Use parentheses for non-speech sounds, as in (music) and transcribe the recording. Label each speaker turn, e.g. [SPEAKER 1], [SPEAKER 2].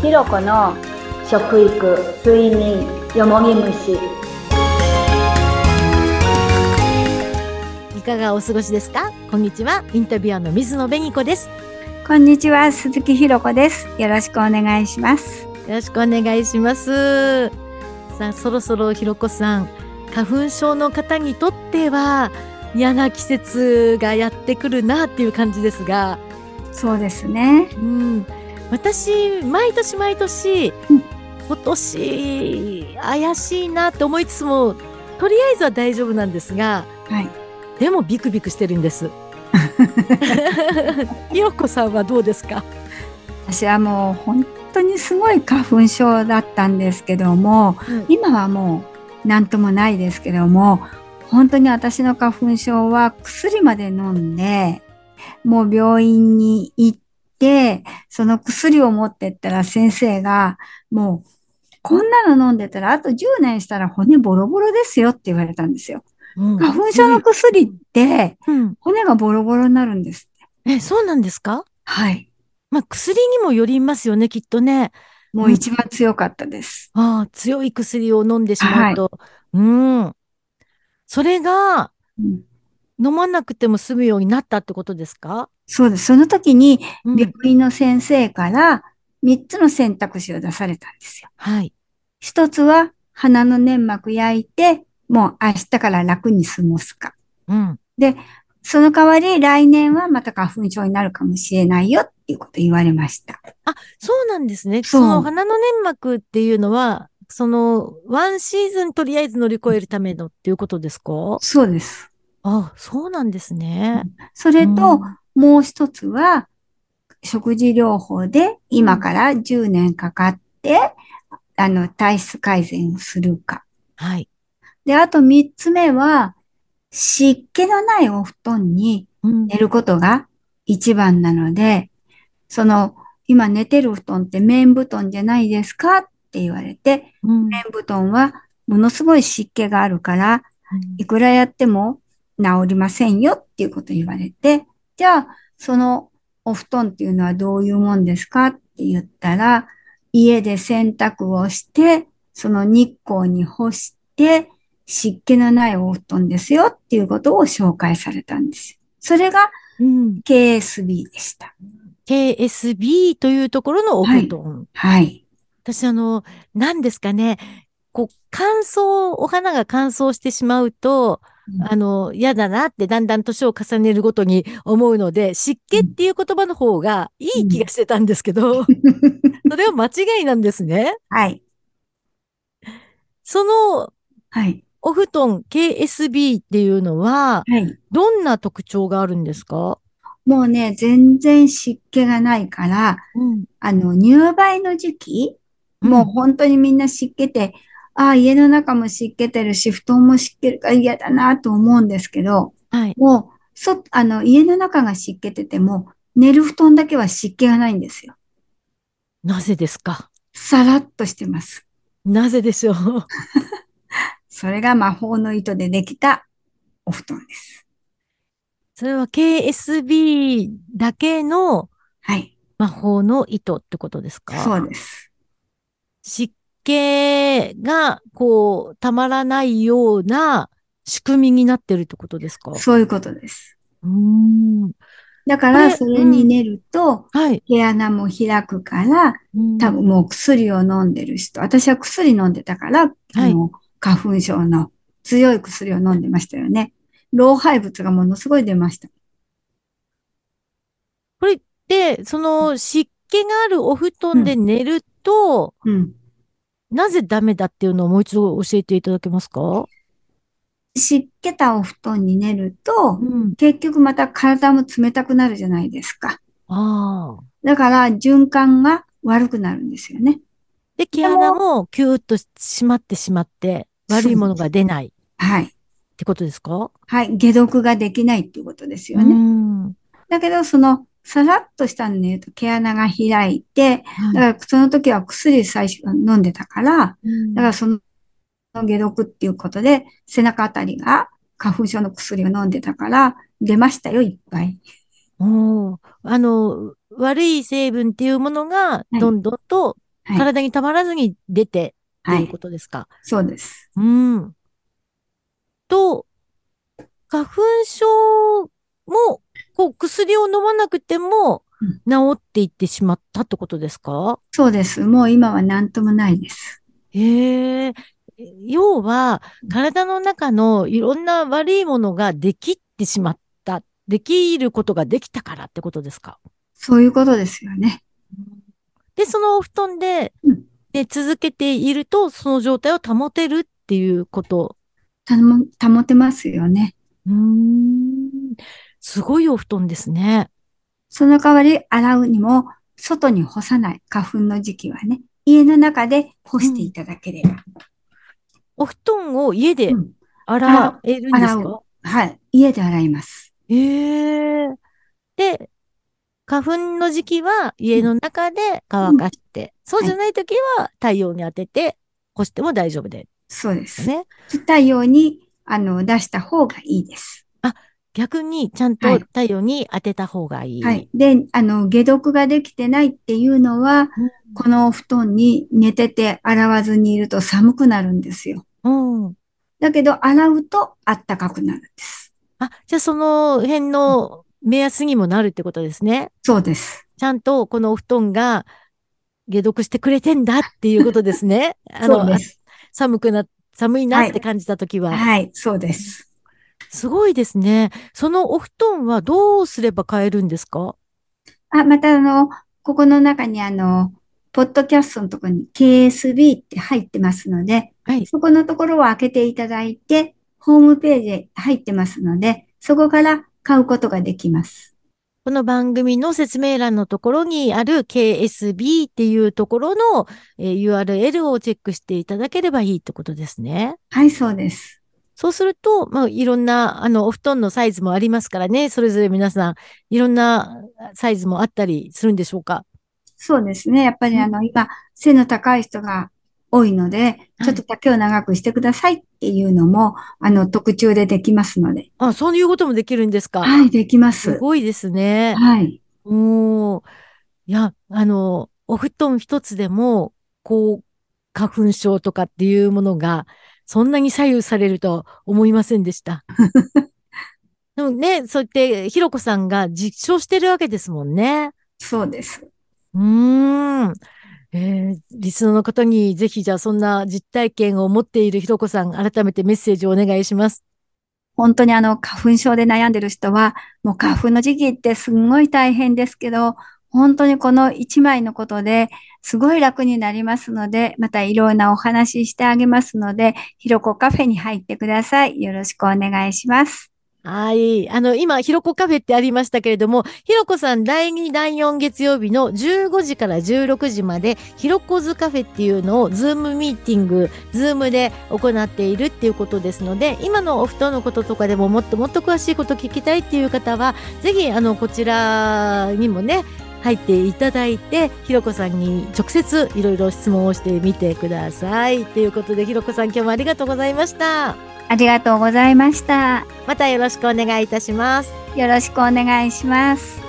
[SPEAKER 1] ひろこの食育睡眠よもぎ虫
[SPEAKER 2] いかがお過ごしですかこんにちは。インタビュアーの水野紅子です。
[SPEAKER 3] こんにちは、鈴木ひろこです。よろしくお願いします。
[SPEAKER 2] よろしくお願いします。さあ、そろそろひろこさん、花粉症の方にとっては嫌な季節がやってくるなっていう感じですが、
[SPEAKER 3] そうですね。
[SPEAKER 2] うん、私、毎年毎年、
[SPEAKER 3] うん
[SPEAKER 2] 今年怪しいなって思いつつも、とりあえずは大丈夫なんですが、
[SPEAKER 3] はい。
[SPEAKER 2] でもビクビクしてるんです。ひろこさんはどうですか
[SPEAKER 3] 私はもう本当にすごい花粉症だったんですけども、
[SPEAKER 2] うん
[SPEAKER 3] 今はもう何ともないですけども、本当に私の花粉症は薬まで飲んで、もう病院に行って、その薬を持ってったら先生が、もうこんなの飲んでたらあと10年したら骨ボロボロですよって言われたんですよ。
[SPEAKER 2] うん
[SPEAKER 3] 花粉症の薬って
[SPEAKER 2] うん、
[SPEAKER 3] 骨がボロボロになるんですって。
[SPEAKER 2] え、そうなんですか
[SPEAKER 3] はい。
[SPEAKER 2] まあ、薬にもよりますよね、きっとね。
[SPEAKER 3] もう一番強かったです。
[SPEAKER 2] ああ、強い薬を飲んでしまうと。うん。それが、
[SPEAKER 3] うん
[SPEAKER 2] 飲まなくても済むようになったってことですか
[SPEAKER 3] そうです。その時に
[SPEAKER 2] うん
[SPEAKER 3] 病院の先生から3つの選択肢を出されたんですよ。
[SPEAKER 2] はい。
[SPEAKER 3] 一つは鼻の粘膜焼いて、もう明日から楽に過ごすか。
[SPEAKER 2] うん。
[SPEAKER 3] その代わり来年はまた花粉症になるかもしれないよっていうことを言われました。
[SPEAKER 2] そうなんですね。
[SPEAKER 3] そう
[SPEAKER 2] その鼻の粘膜っていうのは、その、ワンシーズンとりあえず乗り越えるためのっていうことですか
[SPEAKER 3] そうです。
[SPEAKER 2] ああ、そうなんですね。
[SPEAKER 3] それ
[SPEAKER 2] う
[SPEAKER 3] と
[SPEAKER 2] ん、
[SPEAKER 3] もう一つは、食事療法で今から10年かかって、あの、体質改善をするか。
[SPEAKER 2] はい。
[SPEAKER 3] で、あと三つ目は、湿気のないお布団に
[SPEAKER 2] うん
[SPEAKER 3] 寝ることが一番なので、その、今寝てる布団って綿布団じゃないですかって言われて、
[SPEAKER 2] うん
[SPEAKER 3] 綿布団はものすごい湿気があるから、いくらやっても治りませんよっていうことを言われて、じゃあ、そのお布団っていうのはどういうもんですかって言ったら、家で洗濯をして、その日光に干して、湿気のないお布団ですよっていうことを紹介されたんですよ。それが
[SPEAKER 2] うん。
[SPEAKER 3] KSB でした。
[SPEAKER 2] KSB というところのお布団。
[SPEAKER 3] はい。
[SPEAKER 2] 私、あの、何ですかね。こう、乾燥、お花が乾燥してしまうと、
[SPEAKER 3] うん
[SPEAKER 2] あの、嫌だなって、だんだん年を重ねるごとに思うので、湿気っていう言葉の方がいい気がしてたんですけど、 (laughs) それは間違いなんですね。
[SPEAKER 3] はい。
[SPEAKER 2] その、
[SPEAKER 3] はい。
[SPEAKER 2] お布団 KSB っていうのは、
[SPEAKER 3] はい。
[SPEAKER 2] どんな特徴があるんですか
[SPEAKER 3] もうね、全然湿気がないから、
[SPEAKER 2] うん。
[SPEAKER 3] あの、入梅の時期、もう本当にみんな湿気て、ああ、家の中も湿気てるし、布団も湿気るから嫌だなと思うんですけど、
[SPEAKER 2] はい。
[SPEAKER 3] もう、そ、あの、家の中が湿気てても、寝る布団だけは湿気がないんですよ。
[SPEAKER 2] なぜですか
[SPEAKER 3] さらっとしてます。
[SPEAKER 2] なぜでしょう
[SPEAKER 3] それが魔法の糸でできたお布団です。
[SPEAKER 2] (laughs) それは KSB だけの
[SPEAKER 3] はい。
[SPEAKER 2] 魔法の糸ってことですか
[SPEAKER 3] そうです。
[SPEAKER 2] 湿気がこうたまらないような仕組みになってるってことですか
[SPEAKER 3] そういうことです。
[SPEAKER 2] うーん。
[SPEAKER 3] だから、
[SPEAKER 2] こ
[SPEAKER 3] そ
[SPEAKER 2] れ
[SPEAKER 3] れに寝ると、
[SPEAKER 2] はい。
[SPEAKER 3] 毛穴も開くから、多分もう薬を飲んでる人、私は薬飲んでたから、あの、花粉症の強い薬を飲んでましたよね。老廃物がものすごい出ました。
[SPEAKER 2] で、その湿気があるお布団で寝ると、
[SPEAKER 3] うん。
[SPEAKER 2] なぜダメだっていうのをもう一度教えていただけますか
[SPEAKER 3] 湿気たお布団に寝ると、
[SPEAKER 2] ん。
[SPEAKER 3] 結局また体も冷たくなるじゃないですか。
[SPEAKER 2] ああ。
[SPEAKER 3] だから循環が悪くなるんですよね。
[SPEAKER 2] で、毛穴もキューッと閉まってしまって、悪いものが出ないっ
[SPEAKER 3] はい。
[SPEAKER 2] てことですか
[SPEAKER 3] はい。解毒ができないっていうことですよ
[SPEAKER 2] う
[SPEAKER 3] ね。
[SPEAKER 2] ん。
[SPEAKER 3] だけど、その、さらっとしたの寝ると毛穴が開いて、だ
[SPEAKER 2] は
[SPEAKER 3] からその時は薬最初飲んでたから、
[SPEAKER 2] い
[SPEAKER 3] だからその解毒っていうことで、背中あたりが花粉症の薬を飲んでたから、出ましたよ、いっぱい。
[SPEAKER 2] おお、あの、悪い成分っていうものが
[SPEAKER 3] い
[SPEAKER 2] どんどんと
[SPEAKER 3] はい
[SPEAKER 2] 体にたまらずに出てと
[SPEAKER 3] は
[SPEAKER 2] いう
[SPEAKER 3] い
[SPEAKER 2] こ。とですか。
[SPEAKER 3] そうです。
[SPEAKER 2] うん。と、花粉症も、こう、薬を飲まなくても
[SPEAKER 3] うん、
[SPEAKER 2] 治っていってしまったってことですか
[SPEAKER 3] そうです。もう今は何ともないです。
[SPEAKER 2] へえ。要は、体の中のいろんな悪いものができってしまった。できることができたからってことですか
[SPEAKER 3] そういうことですよね。
[SPEAKER 2] で、そのお布団で
[SPEAKER 3] うん、
[SPEAKER 2] で、続けていると、その状態を保てるっていうこと
[SPEAKER 3] たも、保てますよね。
[SPEAKER 2] うーんすごいお布団ですね。
[SPEAKER 3] その代わり洗うにも、外に干さない花粉の時期はね、家の中で干していただければ。
[SPEAKER 2] お布団を家で
[SPEAKER 3] うん
[SPEAKER 2] 洗えるんです
[SPEAKER 3] 洗
[SPEAKER 2] か
[SPEAKER 3] う、はい。家で洗います。
[SPEAKER 2] ええで、花粉の時期は家の中で乾かして、そうじゃない時は太陽に当てて干しても大丈夫で
[SPEAKER 3] そうです。
[SPEAKER 2] すね。
[SPEAKER 3] 太陽に、あの、出した方がいいです。
[SPEAKER 2] 逆にちゃんと
[SPEAKER 3] はい
[SPEAKER 2] 太陽に当てた方がいい。
[SPEAKER 3] はい。で、あの、解毒ができてないっていうのは、このお布団に寝てて洗わずにいると寒くなるんですよ。
[SPEAKER 2] うん。
[SPEAKER 3] だけど、洗うと暖かくなるんです。
[SPEAKER 2] あ、じゃあその辺の目安にもなるってことですね。
[SPEAKER 3] そうです。
[SPEAKER 2] ちゃんとこのお布団が解毒してくれてんだっていうことです
[SPEAKER 3] (laughs)
[SPEAKER 2] ね。あの
[SPEAKER 3] そうです。
[SPEAKER 2] 寒くな、寒い
[SPEAKER 3] は
[SPEAKER 2] ないって感じたときは、
[SPEAKER 3] はい、そうです。
[SPEAKER 2] すごいですね。そのお布団はどうすれば買えるんですか
[SPEAKER 3] あ、またあの、ここの中にあの、ポッドキャストのところに KSB って入ってますので、
[SPEAKER 2] はい。
[SPEAKER 3] そこのところを開けていただいて、ホームページへ入ってますので、そこから買うことができます。
[SPEAKER 2] この番組の説明欄のところにある KSB っていうところの、えー URL をチェックしていただければいいってことですね。
[SPEAKER 3] はい、そうです。
[SPEAKER 2] そうすると、まあ、いろんな、あの、お布団のサイズもありますからね、それぞれ皆さん、いろんなサイズもあったりするんでしょうか
[SPEAKER 3] そうですね。やっぱりあの、今、背の高い人が多いので、ちょっと丈を長くしてくださいっていうのも、あの、特注でできますので。
[SPEAKER 2] あ、そういうこともできるんですか
[SPEAKER 3] はい、できますす。
[SPEAKER 2] ごいですね。
[SPEAKER 3] はい。
[SPEAKER 2] おーいや、あの、お布団一つでも、こう、花粉症とかっていうものが、そんなに左右されるとは思いませんでした。でもね、そうやって、ひろこさんが実証してるわけですもんね。
[SPEAKER 3] そうです。
[SPEAKER 2] うーん。えー、リスナーの方に、ぜひ、じゃあ、そんな実体験を持っているひろこさん、改めてメッセージをお願いします。
[SPEAKER 3] 本当にあの、花粉症で悩んでる人は、もう花粉の時期ってすんごい大変ですけど、本当にこの一枚のことですごい楽になりますので、またいろんなお話ししてあげますので、ひろこカフェに入ってください。よろしくお願いします。
[SPEAKER 2] はい。あの、今、ひろこカフェってありましたけれども、ひろこさん、第2、第4月曜日の15時から16時まで、ひろこずカフェっていうのを、ズームミーティング、ズームで行っているっていうことですので、今のお布団のこととかでも、もっともっと詳しいこと聞きたいっていう方は、ぜひ、あの、こちらにもね、入っていただいて、ひろこさんに直接いろいろ質問をしてみてください。ということで、ひろこさん、今日もありがとうございました。
[SPEAKER 3] ありがとうございました。
[SPEAKER 2] またよろしくお願いいたします。
[SPEAKER 3] よろしくお願いします。